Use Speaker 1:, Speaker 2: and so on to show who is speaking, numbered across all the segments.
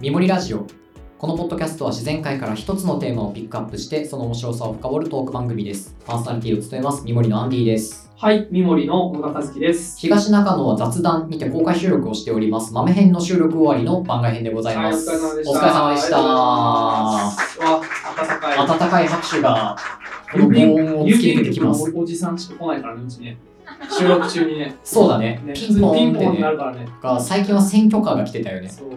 Speaker 1: みもりラジオこのポッドキャストは自然界から一つのテーマをピックアップしてその面白さを深掘るトーク番組ですパーソナリティを務めますみもりのアンディです
Speaker 2: はい、三森の小田和樹です。
Speaker 1: 東中野は雑談にて公開収録をしております豆編の収録終わりの番外編でございます、
Speaker 2: はい
Speaker 1: お疲れ様でした
Speaker 2: ありがとうございますわ、暖かい。
Speaker 1: 温かい拍手がこの
Speaker 2: 郵
Speaker 1: ボ
Speaker 2: 便
Speaker 1: ーンを
Speaker 2: 郵
Speaker 1: 突き抜け
Speaker 2: 便
Speaker 1: てき
Speaker 2: 局
Speaker 1: ま
Speaker 2: の
Speaker 1: す
Speaker 2: おおじさんしか来ないからね、うちね。収録中にね。
Speaker 1: そうだね
Speaker 2: ね
Speaker 1: ピンポ
Speaker 2: ピ
Speaker 1: ン
Speaker 2: ン
Speaker 1: っ
Speaker 2: ポン
Speaker 1: て
Speaker 2: にな
Speaker 1: ね
Speaker 2: るからね。
Speaker 1: が最近は選挙カーが来てたよね
Speaker 2: そう。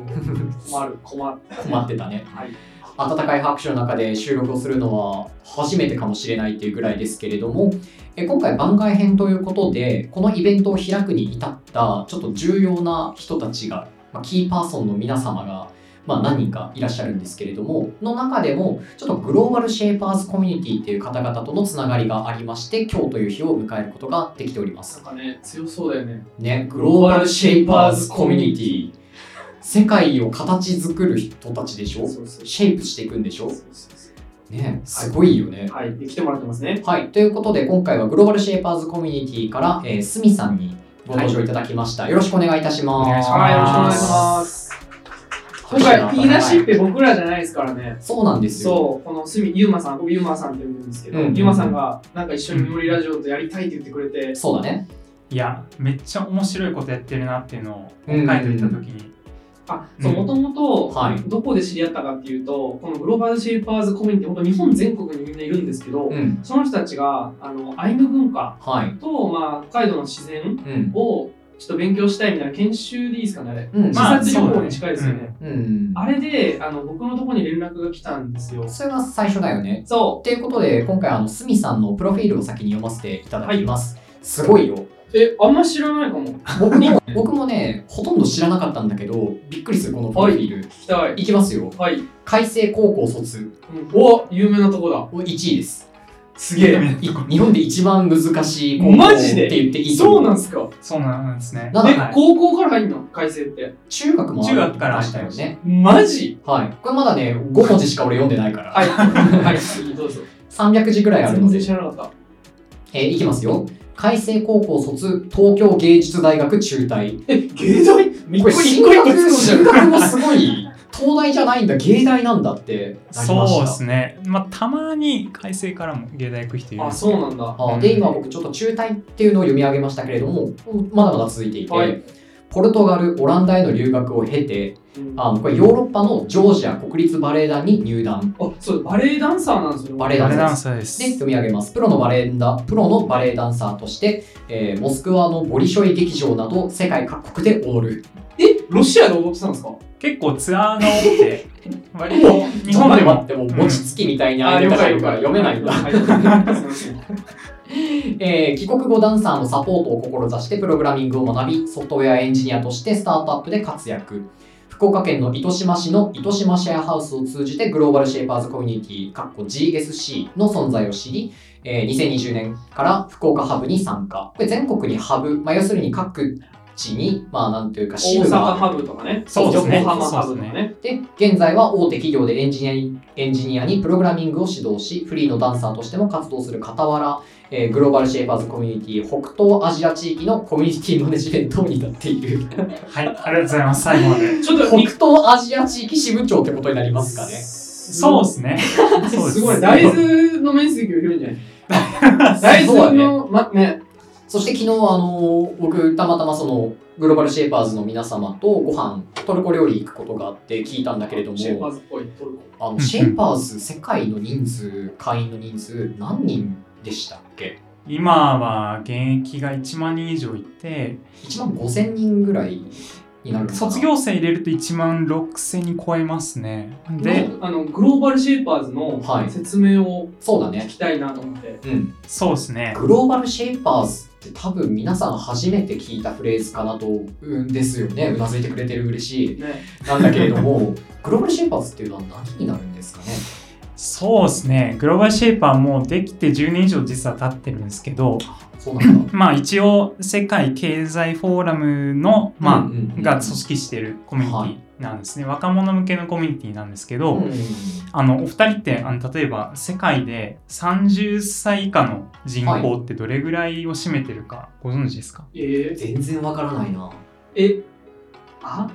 Speaker 2: 困る、困る。
Speaker 1: 困ってたね
Speaker 2: はい。
Speaker 1: 温かい拍手の中で収録をするのは初めてかもしれないっていうぐらいですけれどもえ今回番外編ということでこのイベントを開くに至ったちょっと重要な人たちが、まあ、キーパーソンの皆様が、まあ、何人かいらっしゃるんですけれどもの中でもちょっとグローバルシェイパーズコミュニティっていう方々とのつながりがありまして今日という日を迎えることができております
Speaker 2: なんかね、強そうだよね。
Speaker 1: ね、グローバルシェイパーズコミュニティ世界を形作る人たちでしょ
Speaker 2: そうそう
Speaker 1: シェイプしていくんでし
Speaker 2: そう
Speaker 1: ょ
Speaker 2: そうそ
Speaker 1: ねすごいよね
Speaker 2: う。はい、で来てもらってますね。
Speaker 1: はい、ということで今回はグローバルシェイパーズコミュニティから、えー、スミさんにご登場いただきました、よろしくお願いいたします
Speaker 2: はい、よろしくお願いします。今回、言い出しっぺ僕らじゃないですからね。
Speaker 1: そうなんですよ
Speaker 2: そう、このすみ、ゆうまさん、僕ゆうまさんって呼んでるんですけど、
Speaker 1: うん
Speaker 2: ゆうまさんがなんか一緒に森ラジオとやりたいって言ってくれて、
Speaker 1: そうだね
Speaker 3: いやめっちゃ面白いことやってるなっていうのを今回と行った時に、
Speaker 2: あ、そう、
Speaker 3: うん
Speaker 2: もともと、
Speaker 1: はい
Speaker 2: どこで知り合ったかっていうと、このグローバルシェイパーズコミュニティ、本当日本全国にみんないるんですけど、
Speaker 1: うん
Speaker 2: その人たちが、あの、アイヌ文化
Speaker 1: はい
Speaker 2: と、まあ、北海道の自然
Speaker 1: うん
Speaker 2: をちょっと勉強したいみたいな研修でいいですかね、あれ。
Speaker 1: うん
Speaker 2: 視
Speaker 3: まあ
Speaker 2: 察旅行に近いですよね。
Speaker 1: うん
Speaker 2: あれで、あの、僕のところに連絡が来たんですよ。
Speaker 1: それが最初だよね
Speaker 2: そ
Speaker 1: ということで今回あのスミさんのプロフィールを先に読ませていただきます、すごいよ
Speaker 2: う。え、あんま知らないかも。聞
Speaker 1: 僕も 僕もねほとんど知らなかったんだけどびっくりするこのプロフィール、い、
Speaker 2: きたい。
Speaker 1: きますよ
Speaker 2: はい。
Speaker 1: 開成高校卒
Speaker 2: うんお有名なとこだ。
Speaker 1: 1位です
Speaker 2: すげえ。
Speaker 1: い日本で一番難しい高校
Speaker 2: マ
Speaker 1: って
Speaker 2: ジで
Speaker 1: 言っていいと
Speaker 2: そう
Speaker 1: 思
Speaker 2: なんすか。
Speaker 3: そうなんですね
Speaker 1: な
Speaker 2: え
Speaker 1: ん
Speaker 3: だは、い
Speaker 2: 高校から入んの改正って。
Speaker 1: 中学もあ
Speaker 3: 中学から
Speaker 1: ましたよね
Speaker 2: マジ
Speaker 1: はいこれまだね5文字しか俺読んでないから、
Speaker 2: はい。はい、次どうぞ。
Speaker 1: 300字ぐらいある
Speaker 2: 全
Speaker 1: ので
Speaker 2: 然知らなかっ
Speaker 1: えーいきますよ開成高校卒東京芸術大学中退
Speaker 2: た。え、芸大みっ
Speaker 1: こ
Speaker 2: こ
Speaker 1: れ
Speaker 2: り
Speaker 1: 進
Speaker 2: 個一個
Speaker 1: 学
Speaker 2: 突
Speaker 1: 進
Speaker 2: っ込んじゃ
Speaker 1: 学もすごい東大じゃないんだ芸大なんだってなりま
Speaker 3: そう
Speaker 1: し
Speaker 3: で
Speaker 1: た
Speaker 3: すねまあたまに改正からも芸大行く人いる
Speaker 2: う。あ、そうなんだ。
Speaker 1: あ
Speaker 3: うん
Speaker 1: で今僕ちょっと中退っていうのを読み上げましたけれどもまだまだ続いていて、
Speaker 2: はい
Speaker 1: ポルトガルオランダへの留学を経て
Speaker 2: うんあ、
Speaker 1: あのこれヨーロッパのジョージア国立バレエ団に入団
Speaker 2: そう、バレエダンサーなんですよ。
Speaker 1: バレエダ
Speaker 3: バ
Speaker 1: ン
Speaker 3: レ
Speaker 1: サ
Speaker 3: エ
Speaker 1: ー
Speaker 3: ダンサーです
Speaker 1: で読み上げますプロのバレエダプロのバレエダンサーとして、えーモスクワのボリショイ劇場など世界各国で踊る
Speaker 2: え、ロシアで踊ってたんですか
Speaker 3: 結構ツアーが多くて割と日本で
Speaker 1: で待っ
Speaker 3: も
Speaker 1: てもう餅つきみたいにあれが入るから読めないんだ、
Speaker 2: はいすいません
Speaker 1: えー帰国後ダンサーのサポートを志してプログラミングを学びソフトウェアエンジニアとしてスタートアップで活躍福岡県の糸島市の糸島シェアハウスを通じてグローバルシェイパーズコミュニティかっこ GSC の存在を知り、えー2020年から福岡ハブに参加これ全国にハブ、まあ、要するに各地にまあなんというか支
Speaker 2: 大
Speaker 1: 部
Speaker 2: 阪
Speaker 1: がある
Speaker 2: ハブとかね。
Speaker 3: そうですね
Speaker 2: 横浜ハブとかね。
Speaker 1: で現在は大手企業でエンジニアにエンジニアにプログラミングを指導しフリーのダンサーとしても活動する傍ら、えーグローバルシェイパーズコミュニティ北東アジア地域のコミュニティマネジメントになってい る
Speaker 3: はいありがとうございます最後まで
Speaker 2: ちょっ
Speaker 1: 北
Speaker 2: とみ、
Speaker 1: 東アジア地域支部長ってことになりますかね
Speaker 3: そうですすねそうです
Speaker 2: すごい。大豆の面積を広いんじゃない大
Speaker 1: そうだ
Speaker 2: 豆
Speaker 1: ね
Speaker 2: の、ま、ね。
Speaker 1: そして昨日あのー僕たまたまそのグローバルシェイパーズの皆様とご飯トルコ料理行くことがあって聞いたんだけれども
Speaker 2: シェーパーズっぽいトルコ。
Speaker 1: あの
Speaker 3: ん
Speaker 1: シェイパーズ世界の人数会員の人数何人でしたっけ
Speaker 3: 今は現役が1万人以上いて
Speaker 1: 1万5000人ぐらいになるのかな
Speaker 3: 卒業生入れると1万6000人超えますねで
Speaker 2: あの、グローバルシェイパーズの
Speaker 1: はい
Speaker 2: 説明を
Speaker 1: そうだ
Speaker 2: 聞
Speaker 1: ね。
Speaker 2: きたいなと思って。
Speaker 1: うん。
Speaker 3: そうですね
Speaker 1: グローバルシェイパーズって多分皆さん初めて聞いたフレーズかなと思うんですよね。うなずいてくれてる嬉しい。
Speaker 2: ね。
Speaker 1: なんだけれど も、グローバルシェイパーズっていうのは何になるんですかね。
Speaker 3: そうですね。グローバルシェイパーもできて10年以上実は経ってるんですけど、
Speaker 1: そうなんだ。
Speaker 3: まあ一応世界経済フォーラムの、
Speaker 1: うん
Speaker 3: ま
Speaker 1: うんう
Speaker 3: あ、
Speaker 1: ん
Speaker 3: が組織してるコミュニティなんですね。若者向けのコミュニティなんですけど、
Speaker 1: うんうん
Speaker 3: あの、お二人って、あの、例えば世界で30歳以下の人口ってどれぐらいを占めてるかご存知ですか、
Speaker 2: えー
Speaker 1: 全然わからないな。
Speaker 2: え、あ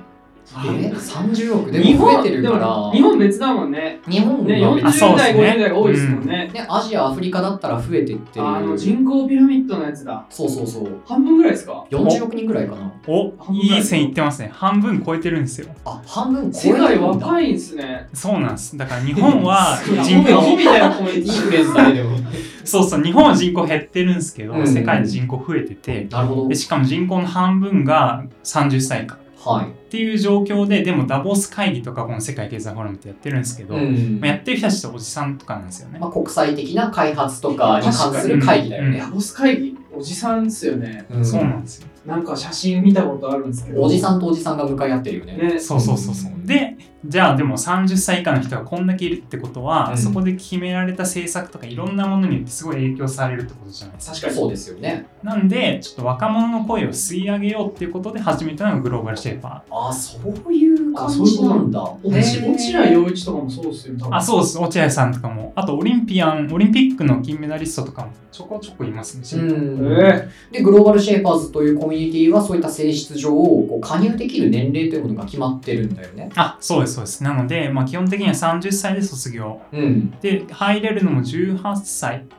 Speaker 1: え30億で
Speaker 2: 日
Speaker 1: も増え
Speaker 2: 本
Speaker 1: てるか
Speaker 2: で
Speaker 1: ら
Speaker 2: も日本別だもんね。
Speaker 1: 日本
Speaker 2: ね、
Speaker 1: は
Speaker 3: あ
Speaker 1: 別
Speaker 3: そ
Speaker 2: 40
Speaker 3: うで
Speaker 2: 代、
Speaker 3: すね
Speaker 2: 50代が多いですもんね。
Speaker 1: ねアジアアフリカだったら増えてってる
Speaker 2: あの人口ピラミッドのやつだ。
Speaker 1: そうそうそう
Speaker 2: 半分ぐらいですか
Speaker 1: 40億人ぐらいかな
Speaker 3: お
Speaker 2: 半分ぐらい
Speaker 3: いい線いってますね半分超えてるんですよ
Speaker 1: あ半分超え
Speaker 2: 世
Speaker 1: てる
Speaker 2: 界
Speaker 1: んだ
Speaker 2: 若いんですね。
Speaker 3: そうなんですだから日本は
Speaker 2: いや
Speaker 3: 人
Speaker 2: 褒め褒
Speaker 3: 口
Speaker 2: めたよ、コメン
Speaker 1: いい
Speaker 2: ト。
Speaker 1: フレーズだねでも
Speaker 3: そうそう日本は人口減ってるんですけど、
Speaker 1: うん
Speaker 3: 世界で人口増えてて
Speaker 1: なるほど
Speaker 3: でしかも人口の半分が30歳以下っ
Speaker 1: はい
Speaker 3: ていう状況ででもダボス会議とかこの世界経済フォーラムってやってるんですけど、
Speaker 1: ん
Speaker 3: まあ、やってる人たちっておじさんとかなんですよね、
Speaker 1: まあ、国際的な開発とかに関する会議だよね
Speaker 2: ラボス会議、おじさんですよね。
Speaker 1: うん
Speaker 3: そうなんですよ
Speaker 2: なんか写真見たことあるんですけど。
Speaker 1: おじさんとおじさんが向かい合ってるよね
Speaker 2: ね、
Speaker 3: そうそうそうそうでじゃあでも30歳以下の人がこんだけいるってことは、
Speaker 1: うん
Speaker 3: そこで決められた政策とかいろんなものによってすごい影響されるってことじゃないですか
Speaker 2: 確かに。
Speaker 1: そうですよね
Speaker 3: なんでちょっと若者の声を吸い上げようっていうことで始めたのがグローバルシェイパ
Speaker 1: あそういう感じなんだ
Speaker 2: 落
Speaker 1: ね
Speaker 2: ち落合陽一とかもそうですよ、多
Speaker 3: ー
Speaker 2: 分
Speaker 3: あそうです落合さんとかもあとオリンピアンオリンピックの金メダリストとかもちょこちょこいますね、
Speaker 1: うん
Speaker 2: え
Speaker 1: でグローバルシェイパーズというコミュニティはそういった性質上こう加入できる年齢というものが決まってるんだよね。
Speaker 3: あそうですそうですなので、まあ、基本的には30歳で卒業
Speaker 1: うん、
Speaker 3: で入れるのも18歳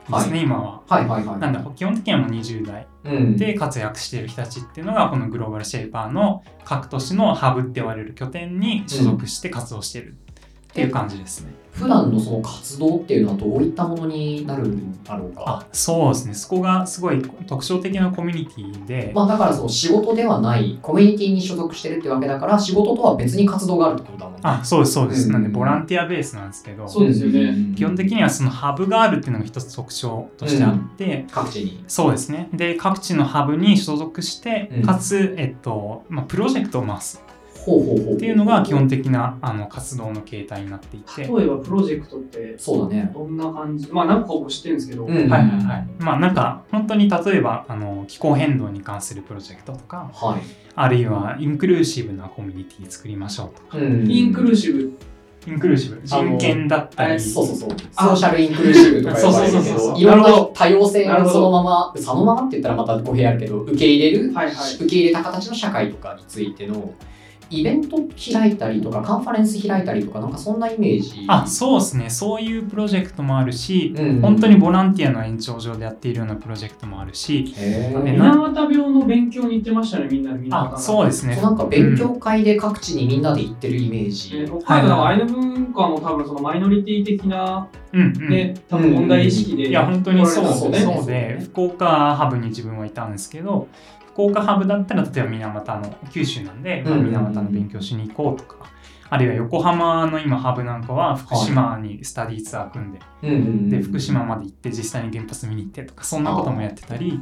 Speaker 3: ですね、
Speaker 1: は
Speaker 3: 今は
Speaker 1: はいはいはい。
Speaker 3: なんだ基本的にはもう20代
Speaker 1: うん、
Speaker 3: で活躍している人たちっていうのがこのグローバルシェイパーの各都市のハブって言われる拠点に所属して活動してるっていう感じですね。
Speaker 1: 普段のその活動っていうのはどういったものになるんだろうか。
Speaker 3: あそうですねそこがすごい特徴的なコミュニティで、
Speaker 1: まあ、だからその仕事ではないコミュニティに所属してるってわけだから仕事とは別に活動があるってことだもんね。
Speaker 3: あそうですそうです、
Speaker 1: うん
Speaker 3: なんでボランティアベースなんですけど
Speaker 2: そうですよね
Speaker 1: うん
Speaker 3: 基本的にはそのハブがあるっていうのが一つ特徴としてあって、
Speaker 1: 各地に。
Speaker 3: そうですねで各地のハブに所属して
Speaker 1: うん
Speaker 3: かつ、えっとまあ、プロジェクトを回す
Speaker 1: ほうほうほう。
Speaker 3: っていうのが基本的なあの活動の形態になっていて。
Speaker 2: 例えばプロジェクトって
Speaker 1: そうだね。
Speaker 2: どんな感じまあ何個か僕知ってるんですけど、
Speaker 1: うん
Speaker 3: はいはいはい、まあなんか本当に例えばあの気候変動に関するプロジェクトとか
Speaker 1: は
Speaker 3: あるいはインクルーシブなコミュニティ作りましょうとか
Speaker 1: い。うん
Speaker 2: インクルーシブ
Speaker 3: インクルーシブ
Speaker 1: あの
Speaker 3: 人権だったり
Speaker 1: そうそうそう。ソ
Speaker 2: あ
Speaker 1: ーシャルインクルーシブとか言われるけ
Speaker 2: そうそうそうそ
Speaker 1: ど、
Speaker 2: う
Speaker 1: いろん
Speaker 2: なる
Speaker 1: な
Speaker 2: ほど
Speaker 1: 多様性
Speaker 2: なる
Speaker 1: を
Speaker 2: ほど
Speaker 1: そのまま、そのままって言ったらまた語弊あるけど、受け入れる、
Speaker 2: はいはい
Speaker 1: 受け入れた形の社会とかについての、イベント開いたりとか、カンファレンス開いたりとか、なんかそんなイメージ。
Speaker 3: あそうですねそういうプロジェクトもあるし
Speaker 1: うん
Speaker 3: 本当にボランティアの延長上でやっているようなプロジェクトもあるし
Speaker 1: へ
Speaker 2: あの
Speaker 1: ー
Speaker 3: な
Speaker 2: 水俣病の勉強に行ってましたねみんなで水俣
Speaker 3: あそう
Speaker 2: う
Speaker 3: です
Speaker 1: そう
Speaker 3: ね
Speaker 1: なんか勉強会で各地にみんなで行ってるイメージ。
Speaker 2: 北海道のアイヌ文化も多分そのマイノリティ的な、
Speaker 3: うんうん、
Speaker 2: ね多分問題意識で、
Speaker 3: いや本当にそう
Speaker 1: そ
Speaker 3: そうう
Speaker 1: ね
Speaker 3: で
Speaker 1: そうね
Speaker 3: 福岡ハブに自分はいたんですけど福岡ハブだったら例えば水俣の九州なんで、まあ
Speaker 1: うん
Speaker 3: 水俣の勉強しに行こうとかあるいは横浜の今ハブなんかは福島にスタディツアー組んで,、
Speaker 1: うんうんうん
Speaker 3: で福島まで行って実際に原発見に行ってとかそんなこともやってたり
Speaker 1: うん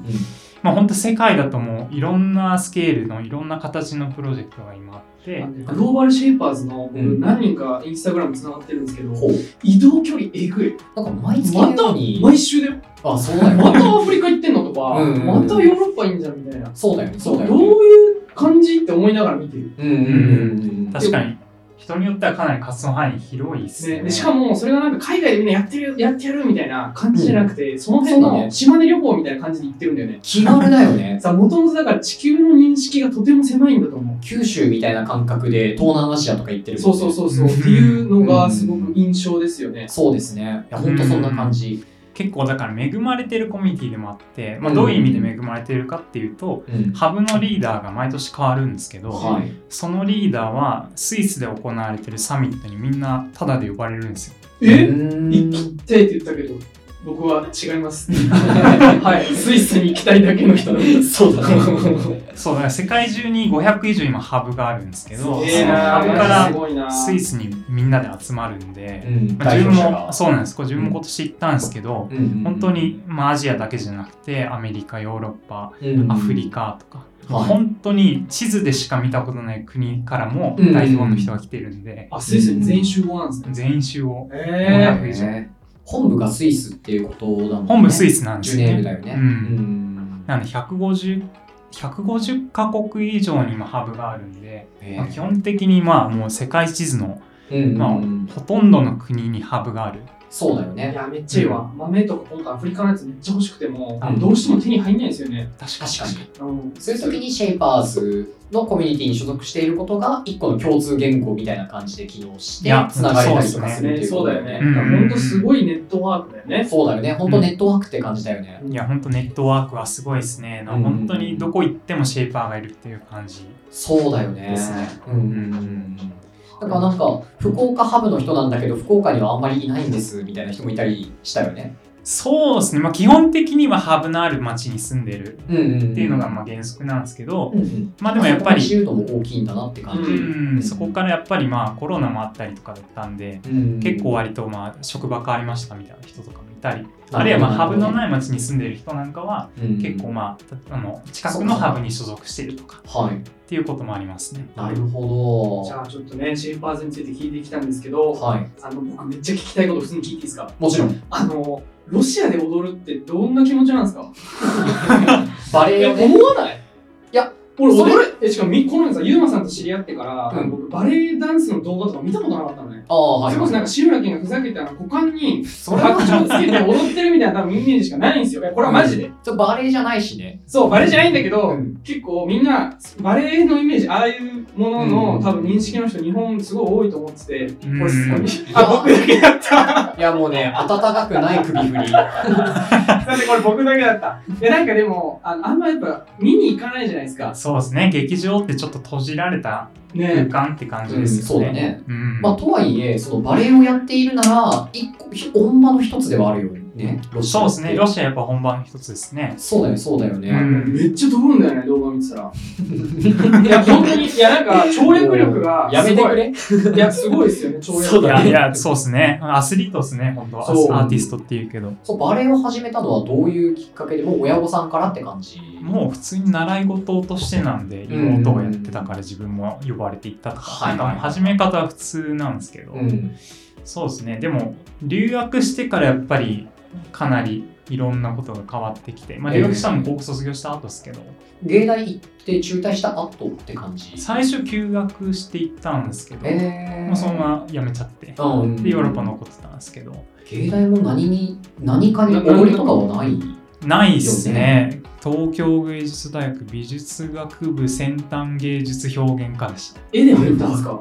Speaker 3: まあ本当世界だともういろんなスケールのいろんな形のプロジェクトが今あって
Speaker 2: あのグローバルシェイパーズの僕
Speaker 1: うん
Speaker 2: 何人かインスタグラムつながってるんですけど、
Speaker 1: ほう
Speaker 2: 移動距離えぐい
Speaker 1: なんか毎月のように、
Speaker 2: 毎週で
Speaker 1: あ、そうだよね。
Speaker 2: またアフリカ行ってんのとか、
Speaker 1: うんうん
Speaker 2: またヨーロッパいいんじゃんみたいな
Speaker 1: そうだよね。そうだよ
Speaker 2: どう
Speaker 1: ね。
Speaker 2: いう感じって思いながら見てる、
Speaker 1: うんうんうんうん。
Speaker 3: 確かに人によってはかなり活動範囲広いですね
Speaker 2: ね、でしかもそれがなんか海外でみんなやってるやってやるみたいな感じじゃなくて、その辺
Speaker 1: そうだね
Speaker 2: の島根旅行みたいな感じで行ってるんだよね
Speaker 1: 気軽だよね。
Speaker 2: さもともとだから地球の認識がとても狭いんだと思
Speaker 1: 九州みたいな感覚で東南アジアとか行って
Speaker 2: う
Speaker 1: る
Speaker 2: そうそう
Speaker 1: う
Speaker 2: そうそう
Speaker 3: う
Speaker 2: っ
Speaker 3: ん
Speaker 2: ていうのがすごく印象ですよね
Speaker 1: そうですねいや本当そんな感じ
Speaker 3: 結構だから恵まれてるコミュニティでもあって、ま
Speaker 1: う
Speaker 3: あ、
Speaker 1: ん
Speaker 3: どういう意味で恵まれてるかっていうと、
Speaker 1: うん
Speaker 3: ハブのリーダーが毎年変わるんですけど、
Speaker 1: はい
Speaker 3: そのリーダーはスイスで行われてるサミットにみんなタダで呼ばれるんですよ。
Speaker 2: え行き
Speaker 1: う
Speaker 2: たいって言ったけど僕は違います はいスイスに行きたいだけの人だった
Speaker 1: んそうだね
Speaker 3: そうだから世界中に500以上今ハブがあるんですけど
Speaker 1: すげ
Speaker 2: え
Speaker 1: え
Speaker 2: え
Speaker 1: な
Speaker 2: な
Speaker 3: そ
Speaker 1: ここ
Speaker 3: のハ
Speaker 2: す
Speaker 3: ブか
Speaker 2: ごいな
Speaker 3: らスイスにみんなで集まるんで、
Speaker 1: うん
Speaker 3: まあ、
Speaker 1: 代表
Speaker 3: 自分
Speaker 1: 者
Speaker 3: も
Speaker 1: が
Speaker 3: そうなんですこれ自分も今年行ったんですけど、
Speaker 1: うんうんうん
Speaker 3: 本当に、まあ、アジアだけじゃなくてアメリカヨーロッパアフリカと
Speaker 1: う
Speaker 3: か、
Speaker 1: んはい
Speaker 3: 本当に地図でしか見たことない国からも代表の人が来てるんで、
Speaker 2: あスイスに全員集合なんですね
Speaker 3: 全員集合
Speaker 1: うん
Speaker 2: え
Speaker 3: 500以上
Speaker 1: ね本部がスイスっていうことだもんね
Speaker 3: 本部スイ
Speaker 1: ス
Speaker 3: スなんで
Speaker 1: ジュ
Speaker 3: す
Speaker 1: ネーブ
Speaker 3: ね。
Speaker 1: だよね
Speaker 3: うんなんで150 150カ国以上に今ハブがあるんで、まあ基本的にまあもう世界地図の、
Speaker 1: うん
Speaker 3: まあ
Speaker 1: うん
Speaker 3: ほとんどの国にハブがある
Speaker 1: そうだよ
Speaker 2: い
Speaker 1: ね。
Speaker 2: や、めっちゃいいわ。豆とか今回アフリカのやつめっちゃ欲しくても
Speaker 1: う、ん
Speaker 2: どうしても手に入んないんですよね。
Speaker 3: 確
Speaker 1: 確かに。
Speaker 2: うん
Speaker 1: そういう時にシェイパーズのコミュニティに所属していることが一個の共通言語みたいな感じで機能して
Speaker 3: いや
Speaker 1: つながれたりとかするって
Speaker 2: ね、
Speaker 1: いうこ
Speaker 2: そう
Speaker 1: と
Speaker 2: だ
Speaker 1: だ
Speaker 2: よ
Speaker 1: よ
Speaker 2: ね。
Speaker 1: ね。
Speaker 3: うん
Speaker 2: だからほんとすごいネットワークだよね。
Speaker 1: そうだよね。本当ネットワークって感じだよね。
Speaker 3: いや、本当ネットワークはすごいですね。
Speaker 1: うん
Speaker 3: 本当にどこ行ってもシェイパーがいるっていう感じ。
Speaker 1: そうだよね。
Speaker 3: ですね
Speaker 1: うんうんうん。だからなんか福岡ハブの人なんだけど福岡にはあんまりいないんですみたいな人もいたりしたよね。
Speaker 3: そうですね。まあ、基本的にはハブのある町に住んでる
Speaker 1: うんうんうん
Speaker 3: っていうのがまあ原則なんですけど、
Speaker 1: うんうん
Speaker 3: まあでもやっぱり、
Speaker 1: 自由度も大きいんだなって感
Speaker 3: う
Speaker 1: じ。
Speaker 3: ん、そこからやっぱりまあコロナもあったりとかだったんで、
Speaker 1: うん
Speaker 3: 結構割とまあ職場変わりましたみたいな人とかもいたり、あるいはまあハブのない町に住んでる人なんかは、結構まあ、あの近くのハブに所属してるとか
Speaker 1: 構はい
Speaker 3: っていうこともありますね。
Speaker 1: なるほ
Speaker 2: じ
Speaker 1: ど
Speaker 2: ゃあちょっとね、シェイパーズについて聞いていきたんですけど、
Speaker 1: はい
Speaker 2: あの僕めっちゃ聞きたいこと普通に聞いていいですか
Speaker 1: もちろん
Speaker 2: あの、ロシアで踊るってどんな気持ちなんですか
Speaker 1: バレエを
Speaker 2: え、
Speaker 1: ね
Speaker 2: 思わない
Speaker 1: いや、
Speaker 2: 俺
Speaker 1: それ
Speaker 2: 踊る。え、しかもみこの前さ、ユーマさんと知り合ってから、
Speaker 1: うん
Speaker 2: 僕バレエダンスの動画とか見たことなかったのね。
Speaker 1: ああはい
Speaker 2: それこそなんか志村けんがふざけたあの股間に
Speaker 1: それは
Speaker 2: 白鳥つけて踊ってるみたいな多分イメージしかないんですよ。いやこれはマジで。
Speaker 1: ちょバレエじゃないしね
Speaker 2: そう、バレエじゃないんだけど、
Speaker 1: うん
Speaker 2: 結構みんなバレエのイメージ、ああいうものの、
Speaker 1: うん
Speaker 2: 多分認識の人、日本すごい多いと思ってて、
Speaker 3: うん
Speaker 2: これすごい
Speaker 3: うん
Speaker 2: あ、僕だ けだった。
Speaker 1: いやもうね温かくない首振 り
Speaker 2: だってこれ僕だけだった。いや、なんかでも、あのあんまやっぱ見に行かないじゃないですか。
Speaker 3: そうですね。劇場ってちょっと閉じられた空
Speaker 2: ね
Speaker 3: 間って感じですよね。
Speaker 1: うんそうだね
Speaker 3: うん
Speaker 1: まあとはいえそのバレエをやっているなら一個ひ本場の一つではあるよねロシ
Speaker 3: そ
Speaker 1: ア
Speaker 3: う
Speaker 1: っ
Speaker 3: で
Speaker 1: て
Speaker 3: すね。ロシアやっぱ本番の一つですね。
Speaker 1: そうだよそうだよ
Speaker 3: う
Speaker 1: ね、
Speaker 3: ん
Speaker 2: めっちゃ飛ぶんだよね、動画見てた ら。いや、本当に、いや、なんか、跳躍力が
Speaker 1: やめてくれ
Speaker 2: すごい。いや、すごいですよね、跳躍力。
Speaker 1: そうだね
Speaker 3: いやいや、そうですね。アスリートですね、本当は。ア
Speaker 2: そう
Speaker 3: スアーティストっていうけど。
Speaker 1: そうバレエを始めたのはどういうきっかけでもう親御さんからって感じ
Speaker 3: もう普通に習い事としてなんで、
Speaker 1: うん
Speaker 3: 妹がやってたから自分も呼ばれていったとか、
Speaker 1: は
Speaker 3: ないんかもう始め方は普通なんですけど、
Speaker 1: うん
Speaker 3: そうですね。でも、留学してからやっぱりかなりいろんなことが変わってきて、まあ、留学したのも高校卒業した後ですけど、
Speaker 1: 芸大行って中退した後って感じ
Speaker 3: 最初休学していったんですけど、
Speaker 1: え
Speaker 3: もうそのまま辞めちゃって、
Speaker 1: まうん
Speaker 3: で、ヨーロッパ残ってたんですけど、
Speaker 1: 芸大も何に何かに踊りとかはない
Speaker 3: ないですね。東京芸術大学美術学部先端芸術表現科でした。
Speaker 2: 絵で入ったんですか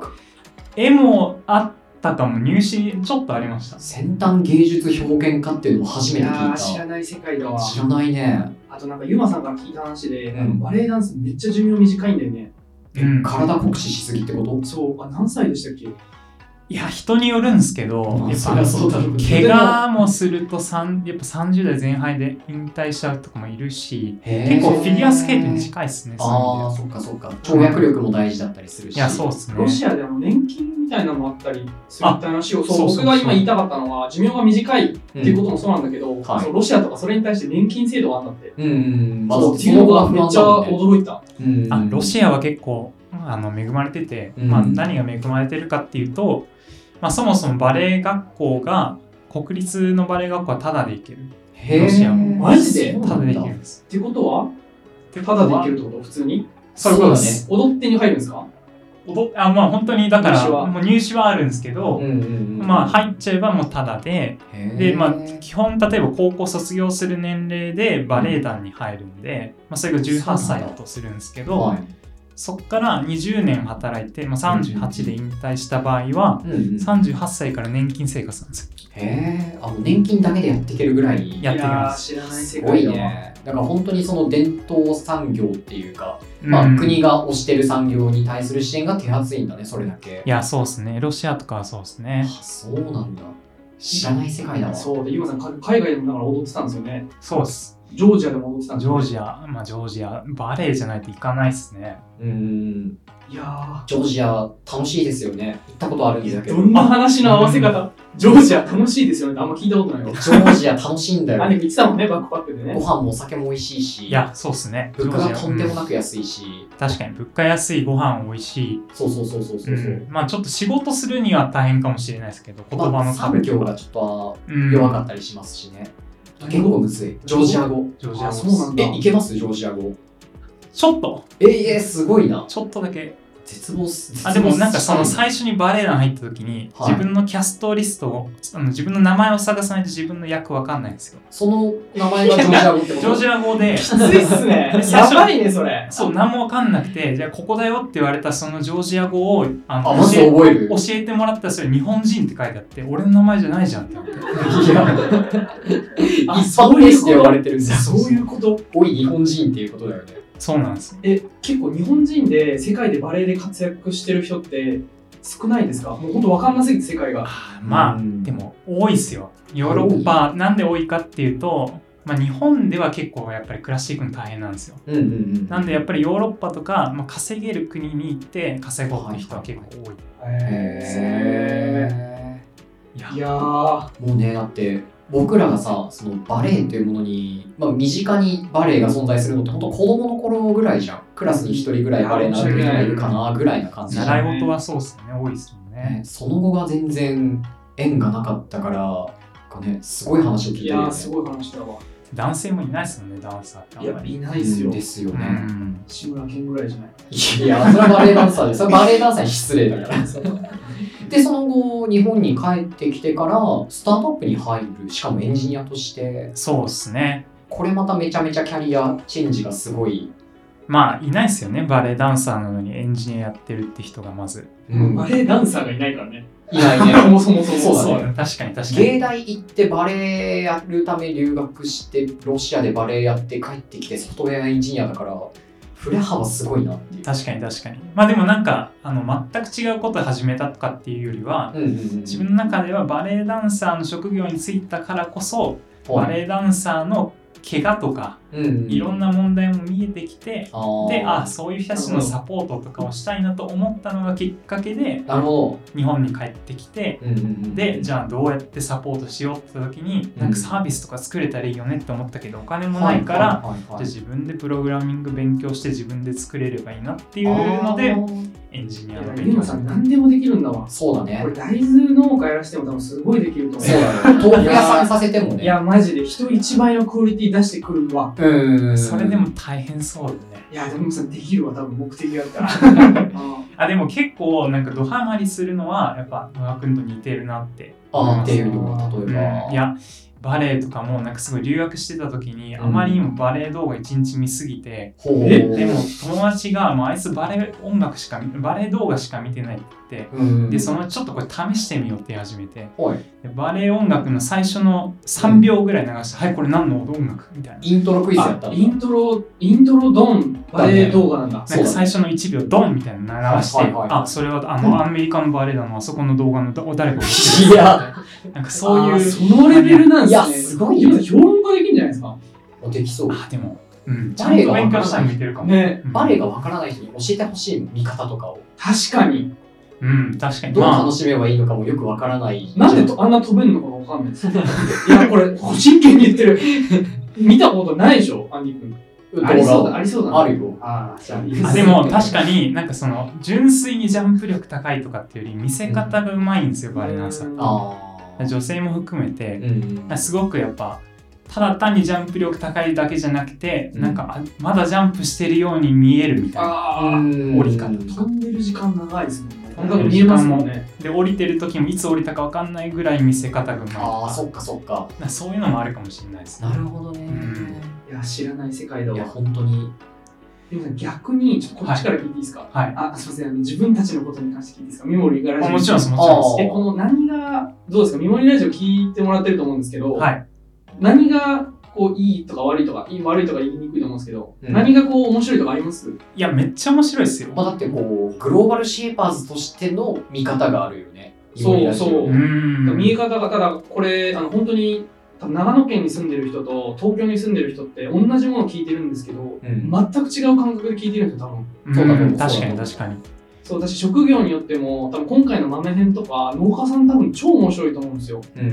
Speaker 3: 絵もあったかも、入試ちょっとありました。
Speaker 1: 先端芸術表現家っていうのも初めて聞い
Speaker 2: や
Speaker 1: た
Speaker 2: ー知らない世界だわ。
Speaker 1: 知らないね、
Speaker 2: あとなんか、ユマさんから聞いた話で、
Speaker 1: うん
Speaker 2: バレエダンスめっちゃ寿命短いんだよね。
Speaker 3: うん
Speaker 1: 体酷使しすぎってこと
Speaker 2: そう、あ、何歳でしたっけ
Speaker 3: いや、人によるんですけど、
Speaker 1: まあ
Speaker 3: やっ
Speaker 1: そ
Speaker 3: ぱ
Speaker 1: りゃそうだろうけど
Speaker 3: 怪我もすると三やっぱ30代前半で引退しちゃうとかもいるし、結構フィギュアスケートに近いですね、
Speaker 1: ああ
Speaker 3: そう
Speaker 1: そ
Speaker 3: いう
Speaker 1: っ
Speaker 3: 意味では
Speaker 1: かそっか跳躍力も大事だったりするし
Speaker 3: いや、そうですね。
Speaker 2: ロシアであの年金みたいなのもあったりするって話を、そう
Speaker 3: そうそう
Speaker 2: 僕が今言いたかったのは、寿命が短いって
Speaker 1: うん
Speaker 2: いうこともそうなんだけど、
Speaker 1: んはい
Speaker 2: そうロシアとかそれに対して年金制度があったって。
Speaker 1: うんうんまあ
Speaker 2: そう
Speaker 1: そ
Speaker 2: っていうの
Speaker 1: こが
Speaker 2: が
Speaker 1: 不
Speaker 2: めっ
Speaker 1: 安
Speaker 2: ちゃ
Speaker 1: だもんね
Speaker 2: 驚いた。
Speaker 1: うんうん
Speaker 3: あロシアは結構あの恵まれてて、
Speaker 1: うん
Speaker 3: まあ、何が恵まれてるかっていうと、まあ、そもそもバレエ学校が国立のバレエ学校はタダで行ける
Speaker 1: へー
Speaker 3: ロシアも
Speaker 2: マジで
Speaker 1: そうな
Speaker 3: タダ
Speaker 1: ん
Speaker 3: で
Speaker 1: だ
Speaker 3: 行けるんです
Speaker 2: っていうことは、ただでいけるってこと普通に
Speaker 3: そういうことです
Speaker 2: 踊ってに入るんですか
Speaker 3: 踊あまあ本当にだか
Speaker 2: 入
Speaker 3: ら
Speaker 2: 試は
Speaker 3: もう入試はあるんですけど、
Speaker 1: うんうんうん
Speaker 3: まあ、入っちゃえばもうタダで
Speaker 1: へー
Speaker 3: でまあ基本例えば高校卒業する年齢でバレエ団に入るんで、まあ、それが18歳だとするんですけど
Speaker 1: はい
Speaker 3: そこから20年働いて、まあ、38で引退した場合は、
Speaker 1: うんうん
Speaker 3: 38歳から年金生活なんですよ。
Speaker 1: へえあもう年金だけでやっていけるぐらい
Speaker 3: やっていき
Speaker 2: や
Speaker 3: ま
Speaker 2: ー
Speaker 3: す。
Speaker 2: 知らない世
Speaker 1: すご
Speaker 2: 界
Speaker 1: い
Speaker 2: だわ。
Speaker 1: ねだから本当にその伝統産業っていうかまあ、
Speaker 3: うん
Speaker 1: 国
Speaker 3: い
Speaker 1: が推してる産業に対する支援が手厚いんだね、それだけ。
Speaker 3: や、そうですね。ロシアとかはそうです
Speaker 1: あ
Speaker 3: ね。
Speaker 1: そうなんだ。知らない世界だわ。
Speaker 2: そうで、ゆうまさん、か海外でもだから踊ってたんですよね。
Speaker 3: そうです。
Speaker 2: ジョージアでも踊ってたんで
Speaker 3: ジ
Speaker 2: すよ
Speaker 3: ョージア、まあ、ジョージア、バレエじゃないといかないですね。
Speaker 1: うーん。
Speaker 2: いや
Speaker 1: ジョージア、楽しいですよね。行ったことあるんだ
Speaker 2: ー、
Speaker 1: けど。
Speaker 2: どんな話の合わせ方ジョージア楽しいですよねってあんま聞いたことないよ。
Speaker 1: ジョージア楽しいんだ
Speaker 2: あ、
Speaker 1: よ。
Speaker 2: でも言ってたもんね、バックパックでね
Speaker 1: ご。飯もお酒も美味しいし、
Speaker 3: いや、そうですね。ジョ
Speaker 1: 物価
Speaker 3: ー
Speaker 1: が
Speaker 3: ジア
Speaker 1: とんでも
Speaker 3: うん
Speaker 1: なく安いし、
Speaker 3: 確かに、物価安い、ご飯美味しい。
Speaker 1: そうそうそうそうそう。
Speaker 3: うんまあ、ちょっと仕事するには大変かもしれないですけど、言葉
Speaker 1: まあ
Speaker 3: の
Speaker 1: 産
Speaker 3: 壁
Speaker 1: 業が
Speaker 3: とか。
Speaker 1: ちょっと
Speaker 3: うん
Speaker 1: 弱かったりしますしね。言語むずい。ジョージア語。
Speaker 3: ジョージ
Speaker 2: あ
Speaker 3: アも
Speaker 2: そうなんだ
Speaker 1: え、いけますジョージア語。
Speaker 3: ちょっと、
Speaker 1: え、え、すごいな。
Speaker 3: ちょっとだけ。
Speaker 1: 絶望す
Speaker 3: あでもなんかその最初にバレエ団入った時に、
Speaker 1: はい
Speaker 3: 自分のキャストリストをあの自分の名前を探さないと自分の役わかんないんですよ
Speaker 1: その名前がジョージア語って
Speaker 3: ジ
Speaker 1: こ
Speaker 3: ョー
Speaker 1: と
Speaker 3: ジア語で。
Speaker 2: きついっすね
Speaker 3: 最
Speaker 2: や
Speaker 3: 初
Speaker 2: ばいね、それ。
Speaker 3: そう何もわかんなくてじゃあここだよって言われたそのジョージア語をあ
Speaker 1: あ
Speaker 3: の
Speaker 1: まず
Speaker 3: 教え
Speaker 1: 覚える
Speaker 3: 教えてもらったらそれ日本人って書いてあって俺の名前じゃないじゃんって思っ
Speaker 1: い
Speaker 3: て
Speaker 1: や
Speaker 2: あ
Speaker 1: 一般名詞で呼ばれてるんだ
Speaker 2: そういうこと。
Speaker 1: おい日本人っていうことだよね
Speaker 3: そうなんですよ
Speaker 2: え、結構日本人で世界でバレエで活躍してる人って少ないですかもう本当わかんなすぎて世界が。
Speaker 3: まあ、
Speaker 1: うん
Speaker 3: でも多いですよヨーロッパなんで多いかっていうと、まあ、日本では結構やっぱり暮らしていくの大変なんですよ
Speaker 1: うんうんうん
Speaker 3: なんでやっぱりヨーロッパとか、まあ、稼げる国に行って稼ごうって人は結構多い、
Speaker 2: へ
Speaker 1: へ
Speaker 3: いや
Speaker 2: ーいやー、
Speaker 1: ーもうねだって僕らがさそのバレエというものに、まあ、身近にバレエが存在するのって本当子供の頃ぐらいじゃんクラスに一人ぐらいバレエ習ってる人がいるかなぐらいな感じじゃん
Speaker 3: 習い事はそうですよね多いですもんね
Speaker 1: ね、その後が全然縁がなかったからなんか、ね、すごい話を聞いて
Speaker 2: い
Speaker 1: る
Speaker 2: や
Speaker 1: よ
Speaker 2: ー
Speaker 1: ね。
Speaker 2: すごい話だわ。
Speaker 3: 男性もいないですもんねダンサーってあ
Speaker 2: い
Speaker 3: んま
Speaker 2: や、
Speaker 3: り
Speaker 2: いないっす
Speaker 1: うん
Speaker 2: よ
Speaker 1: で。すよ
Speaker 3: う
Speaker 1: ね。
Speaker 3: ん
Speaker 2: 志村けんぐらいじゃない。
Speaker 1: いや、それはバレエダンサーで、それはバレエダンサーに失礼だから。 で、その後、日本に帰ってきてから、スタートアップに入る、しかもエンジニアとして、
Speaker 3: そうですね
Speaker 1: これまためちゃめちゃキャリアチェンジがすごい。
Speaker 3: まあいないですよねバレエダンサーなのにエンジニアやってるって人がまず
Speaker 1: うん
Speaker 2: バレエダンサーがいないからね。
Speaker 1: いない ね。
Speaker 2: もそもそも
Speaker 1: そうだね
Speaker 3: 確かに確か
Speaker 1: 芸
Speaker 3: に
Speaker 1: 大行ってバレエやるため留学して、ロシアでバレエやって帰ってきて、ソフトウェアエンジニアだから、振れ幅すごいなっていう。
Speaker 3: 確かに確かにまあでもなんかあの全く違うこと始めたとかっていうよりは
Speaker 1: うんうんうん
Speaker 3: 自分の中ではバレエダンサーの職業に就いたからこそバレエダンサーの怪我とか
Speaker 1: うん
Speaker 3: いろんな問題も見えてきて
Speaker 1: あー
Speaker 3: であそういう人たちのサポートとかをしたいなと思ったのがきっかけで
Speaker 1: なるほ
Speaker 3: 日本に帰ってきて
Speaker 1: ど、うんうんうん、
Speaker 3: でじゃあどうやってサポートしようって時になんかサービスとか作れたらいいよねって思ったけどお金もないから、
Speaker 1: はいはいはいはい
Speaker 3: じゃあ自分でプログラミング勉強して自分で作れればいいなっていうので
Speaker 1: あー
Speaker 3: エンジニアの
Speaker 2: いや、
Speaker 3: 勉
Speaker 2: ゆ
Speaker 3: 強
Speaker 2: うさん何でもできるんだわ。
Speaker 1: そうだね
Speaker 2: これ大豆農家やらせても多分すごいできると思
Speaker 1: そうだね 豆腐屋さんさせても
Speaker 2: う。
Speaker 1: ね
Speaker 2: いや、マジで人一倍のクオリティ出してくるわ。
Speaker 1: うん
Speaker 3: それでも大変そうだね
Speaker 2: いや、でもさ、できるわ、多分目的があるから。 あ
Speaker 3: あでも結構なんかドハマりするのはやっぱ野田君と似てるなって
Speaker 1: あーっていうのは
Speaker 3: う
Speaker 1: 例
Speaker 3: ん
Speaker 1: えば、
Speaker 3: いやバレエとかもなんかすごい留学してた時に
Speaker 1: うん
Speaker 3: あまりにもバレエ動画一日見すぎて、
Speaker 1: ほう
Speaker 2: え
Speaker 3: でも友達がもうあいつバレエ音楽しか見バレエ動画しか見てないって言って
Speaker 1: うん
Speaker 3: でそのちょっとこれ試してみようって言い始めて
Speaker 1: はい
Speaker 3: でバレエ音楽の最初の3秒ぐらい流して、はいこれ何の音楽みたいな
Speaker 1: イントロクイズやった
Speaker 2: あ
Speaker 1: んだ
Speaker 2: イントロ、イントロドンバレエ動画なんだ。
Speaker 3: なんか最初の1秒ドンみたいなの流して、
Speaker 1: はいはいはい
Speaker 3: あそれはあのアメリカのバレエ団のあそこの動画のど誰かが
Speaker 1: い
Speaker 3: る
Speaker 1: や
Speaker 3: なんかそう
Speaker 2: あー
Speaker 3: いう
Speaker 2: そのレベルなんですね。
Speaker 1: いやすごいよ
Speaker 2: ゆうさん評論家できるんじゃないですか。
Speaker 1: できそう
Speaker 3: あでも、うん、ちゃんと勉強したら見てるかも、
Speaker 2: ね。
Speaker 3: うん
Speaker 1: バレエがわからない人に教えてほしい見方とかを
Speaker 2: 確かに。
Speaker 3: うん確かに
Speaker 1: どう
Speaker 3: まあ
Speaker 1: 楽しめばいいのかもよくわからない
Speaker 2: なんでとあんな飛べるのかがわかんないです。いや、これ、真剣に言ってる。見たことないでしょ、アンディ君。
Speaker 1: うん
Speaker 2: ありそう
Speaker 1: 動
Speaker 2: だ、
Speaker 1: 画
Speaker 2: ありそうだな。
Speaker 1: あるよ
Speaker 2: あーじゃあいい
Speaker 3: あでも確かになんかその純粋にジャンプ力高いとかっていうより見せ方がうまいんですよ、バレエダンサー
Speaker 1: あー
Speaker 3: 女性も含めて
Speaker 1: う、ん
Speaker 3: すごくやっぱただ単にジャンプ力高いだけじゃなくて、
Speaker 1: うん
Speaker 3: なんかあまだジャンプしてるように見えるみたいな
Speaker 2: あ
Speaker 1: うん
Speaker 3: 折り方
Speaker 2: あ、飛んでる時間長いですもんね。
Speaker 3: 飛んでる
Speaker 2: 見
Speaker 3: 時
Speaker 2: えま
Speaker 3: 間
Speaker 2: す
Speaker 3: も
Speaker 2: もんね。
Speaker 3: で降りてる時もいつ降りたか分かんないぐらい見せ方がうまいと
Speaker 1: あー
Speaker 3: か
Speaker 1: そっかそっか
Speaker 3: なんかそういうのもあるかもしれないですね
Speaker 1: なるほどね、
Speaker 3: ん
Speaker 2: いや、知らない世界だ
Speaker 1: いや
Speaker 2: わ。
Speaker 1: 本当に
Speaker 2: でもさ逆に、ちょっとこっちから聞いていいですか。
Speaker 3: はい
Speaker 2: あ、すみませんあの、自分たちのことに関して聞いていいですか。ミモリーガラ
Speaker 3: あ
Speaker 2: ジ
Speaker 3: もちろんですもち
Speaker 1: あ
Speaker 3: ろん
Speaker 1: ー
Speaker 2: え、この何が、どうですか、ミモリラジオ聞いてもらってると思うんですけど、
Speaker 3: ですはい
Speaker 2: 何がこういいとか悪いとか、いい悪いとか言いにくいと思うんですけど、
Speaker 1: うん
Speaker 2: 何がこう面白いとかあります
Speaker 3: いやめっちゃ面白いですよ
Speaker 1: まあ、だってこうグローバルシェーパーズとしての見方があるよね。
Speaker 2: そうそう
Speaker 1: う
Speaker 3: うんん
Speaker 2: 見え方が、ただこれ、あの本当に、多分長野県に住んでる人と東京に住んでる人って同じものを聞いてるんですけど、
Speaker 1: うん
Speaker 2: 全く違う感覚で聞いてるんですよ、多分。
Speaker 3: うん
Speaker 1: そうだと思う
Speaker 3: 確かに確かに
Speaker 2: そう、私、職業によっても、多分今回の豆編とか、農家さん多分超面白いと思うんですよ。
Speaker 1: う
Speaker 3: うん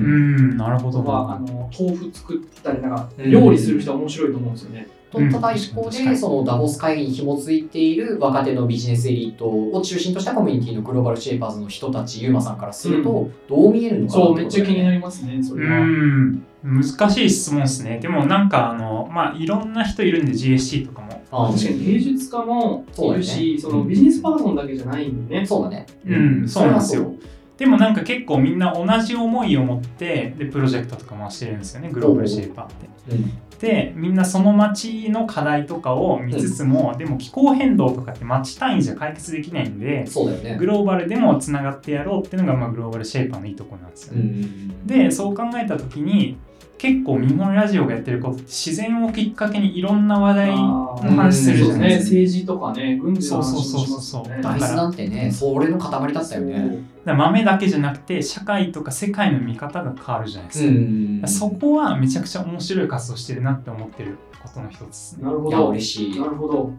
Speaker 3: んなるほど
Speaker 2: とか、あ
Speaker 3: な
Speaker 2: の豆腐作ったり、なんか
Speaker 1: うん
Speaker 2: 料理する人は面白いと思うんですよね。
Speaker 1: とった対比
Speaker 3: う
Speaker 1: 向
Speaker 3: ん確か
Speaker 1: で
Speaker 3: に
Speaker 1: そのダボス会議に紐づいている若手のビジネスエリートを中心としたコミュニティのグローバルシェーパーズの人たちユーマさんからすると、
Speaker 2: う
Speaker 1: どう見えるのかな
Speaker 2: そう、
Speaker 1: て
Speaker 2: めっ
Speaker 1: こと
Speaker 2: ちゃ気にな
Speaker 1: る。
Speaker 2: りますね、そうれは。
Speaker 3: ん難しい質問ですねでもなんかあのまあいろんな人いるんで GSC とかも
Speaker 1: あ
Speaker 2: 確かに芸術家もいるし、そのビジネスパーソンだけじゃないんでね。
Speaker 1: そうだね。
Speaker 3: うんそうなんですよ
Speaker 1: れは
Speaker 3: でもなんか結構みんな同じ思いを持ってでプロジェクトとかもしてるんですよねグローバルシェイパーって。
Speaker 1: そう。うん。
Speaker 3: でみんなその町の課題とかを見つつも、でも気候変動とかって町単位じゃ解決できないんで
Speaker 1: そうだよね
Speaker 3: グ。ローバルでもつながってやろうっていうのが、まあ、グローバルシェイパーのいいとこなんですよ
Speaker 1: う
Speaker 3: ね。
Speaker 1: ん。
Speaker 3: でそう考えた時に結構日本ラジオがやってることって自然をきっかけにいろんな話題の
Speaker 2: あー
Speaker 3: 話する
Speaker 2: そうで
Speaker 3: じゃ
Speaker 2: す
Speaker 3: ない
Speaker 2: ね、
Speaker 3: ですか。
Speaker 2: 政治とかね、軍事の話もしますよね。
Speaker 3: そうそうそうそう
Speaker 1: 大豆なんてね、それの塊だったよね。
Speaker 3: だから豆だけじゃなくて社会とか世界の見方が変わるじゃないですか。
Speaker 1: ん
Speaker 3: そこはめちゃくちゃ面白い活動してるなって思ってることの一つですね。
Speaker 2: なるほ
Speaker 1: いや、
Speaker 2: ど。
Speaker 1: 嬉しい
Speaker 2: な。るほど。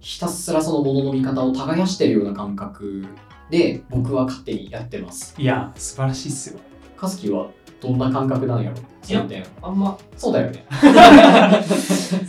Speaker 1: ひたすらそのものの見方を耕してるような感覚で、僕は勝手にやってます。
Speaker 3: いや、素晴らしいっすよ。
Speaker 1: かすきはどんな感覚なんやろ
Speaker 2: いや
Speaker 1: そうだよ。
Speaker 2: あんま、
Speaker 1: そうだよね。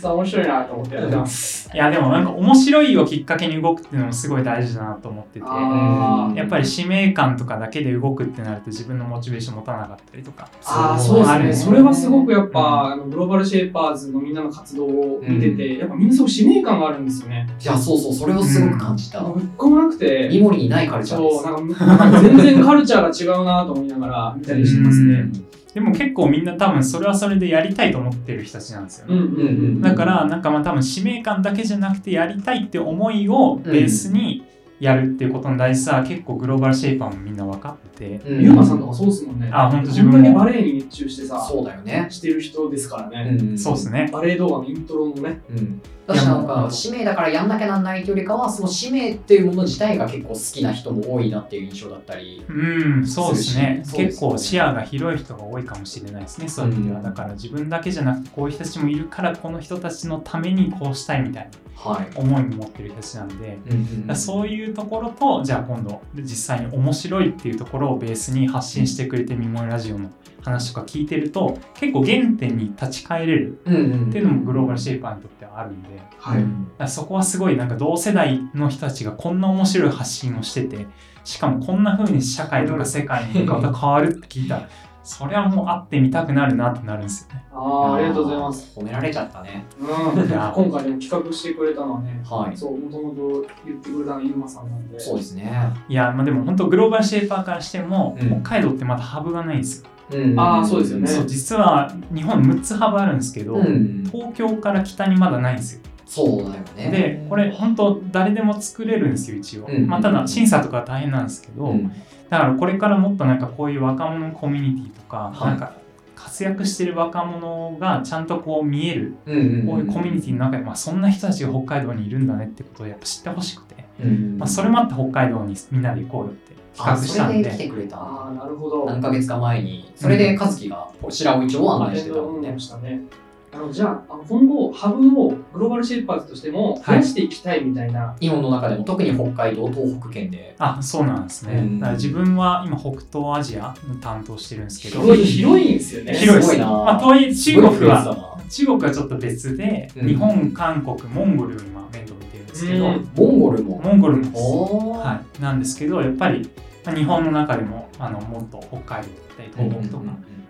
Speaker 2: さあ面白いなと思ってやってます。
Speaker 3: いや、でもなんか面白いをきっかけに動くっていうのもすごい大事だなと思ってて。
Speaker 2: あー
Speaker 3: やっぱり使命感とかだけで動くってなると自分のモチベーション持たなかったりとか
Speaker 2: ああ、
Speaker 1: そう
Speaker 2: そうです
Speaker 3: あ
Speaker 2: ね。
Speaker 3: る
Speaker 2: それはすごくやっぱ、あのグローバルシェイパーズのみんなの活動を見てて、やっぱみんなすごく使命感があるんですよね。
Speaker 1: いや、そうそう、それをすごく感じた。
Speaker 2: ぶっこまなくて、
Speaker 1: イモリにないカルチャーで
Speaker 2: そう
Speaker 1: す。
Speaker 2: なんかなんか全然カルチャーが違うなと思いながら見たりしてますね。
Speaker 3: でも結構みんな多分それはそれでやりたいと思ってる人たちなんですよ
Speaker 2: うん
Speaker 3: ね、
Speaker 2: うんうん。
Speaker 3: だからなんかまあ多分使命感だけじゃなくてやりたいって思いをベースにやるっていうことの大事さは結構グローバルシェイパーもみんな分かってて、
Speaker 1: う
Speaker 2: ゆうまさんとかそうですもんね。
Speaker 3: あほんと自
Speaker 2: 自
Speaker 3: 分も
Speaker 2: 分にバレエに熱中してさ、
Speaker 1: そうだよね。
Speaker 2: してる人ですからね。
Speaker 1: ん
Speaker 3: そうですね
Speaker 2: バレエ動画のイントロのね、
Speaker 1: うん、私なん
Speaker 3: いやも
Speaker 1: か
Speaker 3: う
Speaker 1: 使命だからやんなきゃなんないというよりかはその使命っていうもの自体が結構好きな人も多いなっていう印象だったり、
Speaker 3: うんそうですね
Speaker 1: そうですね
Speaker 3: 結構視野が広い人が多いかもしれないですねそういう意味では、
Speaker 1: うん
Speaker 3: だから自分だけじゃなくてこういう人たちもいるからこの人たちのためにこうしたいみたいな
Speaker 1: はい
Speaker 3: 思いも持ってる人たちなんで、
Speaker 1: うんうん、
Speaker 3: そういうところとじゃあ今度実際に面白いっていうところをベースに発信してくれてミモイラジオの話とか聞いてると結構原点に立ち返れる
Speaker 1: うんうん
Speaker 3: っていうのもグローバルシェイパーにとってはあるんでだか
Speaker 2: はい
Speaker 3: らそこはすごいなんか同世代の人たちがこんな面白い発信をしててしかもこんな風に社会とか世界の見方変わるって聞いたらそれはもう会ってみたくなるなってなるんですよね。
Speaker 2: ああありがとうございます。
Speaker 1: す褒められちゃったね
Speaker 2: うん、
Speaker 3: いや
Speaker 2: 今回でも企画してくれたのはね、
Speaker 1: はい
Speaker 2: そう、もともと言ってくれたのはゆうまさんなんで、
Speaker 1: そうですね、
Speaker 3: いやまあでも本当グローバルシェイパーからしても、
Speaker 1: うん
Speaker 3: 北海道ってまだハブがないんですよ。
Speaker 1: うん
Speaker 2: あーそうですよね
Speaker 3: そう実は日本6つハブあるんですけど、
Speaker 1: うん、
Speaker 3: 東京から北にまだないんですよ。
Speaker 1: そうだよね
Speaker 3: で、これ、本当誰でも作れるんですよ、一応。
Speaker 1: うん
Speaker 3: まあ、ただ、審査とかは大変なんですけど、
Speaker 1: うん
Speaker 3: だからこれからもっとなんかこういう若者コミュニティとか、
Speaker 1: はい
Speaker 3: なんか活躍してる若者がちゃんとこう見える、
Speaker 1: うん、
Speaker 3: こういうコミュニティの中で、まあ、そんな人たちが北海道にいるんだねってことをやっぱ知ってほしくて、
Speaker 1: ィ、うん
Speaker 3: まあ、それもあって北海道にみんなで行こうよって企画した
Speaker 1: あそ
Speaker 3: ん
Speaker 1: れで来
Speaker 3: で。
Speaker 1: てくれた
Speaker 2: ああ、なるほど。
Speaker 1: 何ヶ月か前にそれで和樹がこう白尾一を案内してたもんね
Speaker 2: ありがとうございましたね。あのじゃあ、あの今後、ハブをグローバルシェイパーズとしても増やしていきたいみたいな、
Speaker 1: 日本の中でも特に北海道東北圏で
Speaker 3: あそうなんですね、
Speaker 1: うん
Speaker 3: だから自分は今北東アジアの担当してるんですけど
Speaker 1: 広
Speaker 2: 広い広いんですよね。
Speaker 3: 広いです
Speaker 1: ごいな
Speaker 3: まあ、とはいえ中国は
Speaker 1: は
Speaker 3: 中国はちょっと別で、
Speaker 1: うん
Speaker 3: 日本、韓国、モンゴルを今面倒見てるんですけど、
Speaker 2: うん
Speaker 1: モンゴルも
Speaker 3: モンゴルもです、
Speaker 1: おー
Speaker 3: はい、なんですけど、やっぱりまあ日本の中でもあのもっと北海道だったり東北とか、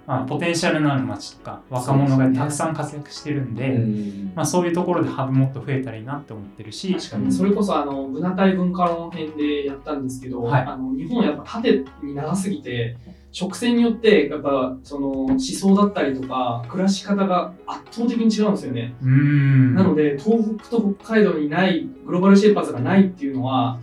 Speaker 3: まあ、ポテンシャルのある町とか若者がたくさん活躍してるんで、
Speaker 1: うん
Speaker 3: まあ、そういうところでハブもっと増えたらいいなって思ってるし、
Speaker 2: 確かに、それこそ、あの、ブナ対文化論編でやったんですけど、
Speaker 3: はい
Speaker 2: あの日本はやっぱ縦に長すぎて、直線によって、やっぱ、その、思想だったりとか、暮らし方が圧倒的に違うんですよね。
Speaker 3: うーん
Speaker 2: なので、東北と北海道にない、グローバルシェイパーズがないっていうのは、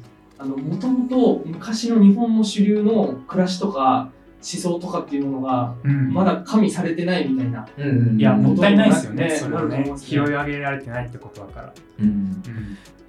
Speaker 2: もともと昔の日本の主流の暮らしとか思想とかっていうものが、
Speaker 3: うん
Speaker 2: まだ加味されてないみたいな。
Speaker 1: うん
Speaker 3: いや、もったいないですよね、
Speaker 2: ね
Speaker 3: それは
Speaker 2: なると思い
Speaker 3: ね
Speaker 2: ま。すね
Speaker 3: 拾い上げられてないってことだから。
Speaker 1: うん
Speaker 3: うん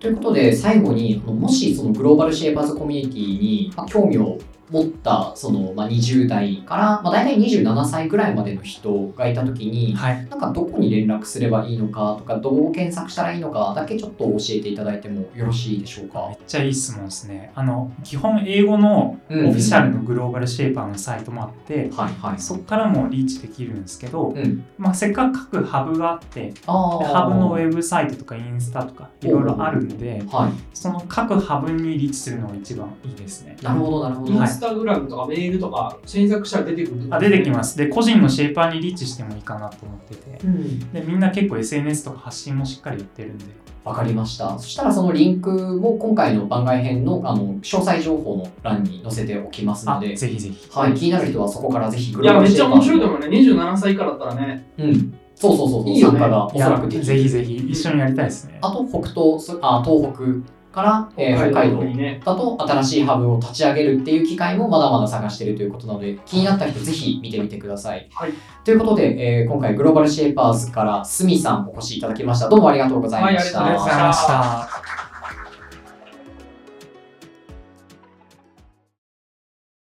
Speaker 1: ということで最後にあのもしそのグローバルシェイパーズコミュニティにまあ興味を持ったその、まあ、20代から、まあ、大体27歳ぐらいまでの人がいた時に
Speaker 3: はい、
Speaker 1: なんかどこに連絡すればいいのかとかどう検索したらいいのかだけちょっと教えていただいてもよろしいでしょう
Speaker 3: め
Speaker 1: か
Speaker 3: っちゃいい質問ですね。あの基本、英語のオフィシャルのグローバルシェイパーのサイトもあって、
Speaker 1: はいはい
Speaker 3: そこからもリーチできるんですけど、
Speaker 1: うん
Speaker 3: まあ、せっかく各ハブがあって、
Speaker 1: あー
Speaker 3: ハブのウェブサイトとかインスタとかいろいろあるんで、
Speaker 1: は
Speaker 3: その各ハブにリーチするのが一番いいですね。
Speaker 1: いなるほどなるほ
Speaker 2: イ
Speaker 1: ど
Speaker 2: ン
Speaker 3: はい
Speaker 2: ススタグラムとかメールとか検索したら出てくるって
Speaker 3: あ出てき
Speaker 2: す。
Speaker 3: ます。で、個人のシェイパーにリーチしてもいいかなと思ってて。
Speaker 2: うん。
Speaker 3: で、みんな結構 SNS とか発信もしっかりやってるんで。
Speaker 1: わかりました。そしたらそのリンクも今回の番外編のあの詳細情報の欄に載せておきますの
Speaker 3: あ、
Speaker 1: で、
Speaker 3: ぜひぜひ。
Speaker 1: はい、気になる人はそこからぜひグロ
Speaker 2: い
Speaker 1: ー
Speaker 2: や、
Speaker 1: バル
Speaker 2: めっ
Speaker 1: シ
Speaker 2: ち
Speaker 1: ェ
Speaker 2: ゃ
Speaker 1: イパー
Speaker 2: 面白いと思うね。27歳以下だったらね。
Speaker 1: うん。そうそうそうそう。
Speaker 2: いいよね
Speaker 1: 参加がお
Speaker 3: い
Speaker 1: そ
Speaker 3: や
Speaker 1: らくでき
Speaker 3: ぜ
Speaker 1: る。
Speaker 3: ひぜひ一緒にやりたいですね。
Speaker 1: あと北東すあ東北から、えー北海道
Speaker 2: にね。
Speaker 1: だと新しいハブを立ち上げるっていう機会もまだまだ探しているということなので気になった人ぜひ見てみてください。
Speaker 2: はい
Speaker 1: ということで、えー今回グローバルシェイパーズからスミさんお越しいただきました。どうもありがとうございました。
Speaker 2: はいありがとうございました
Speaker 3: ありがとうございました。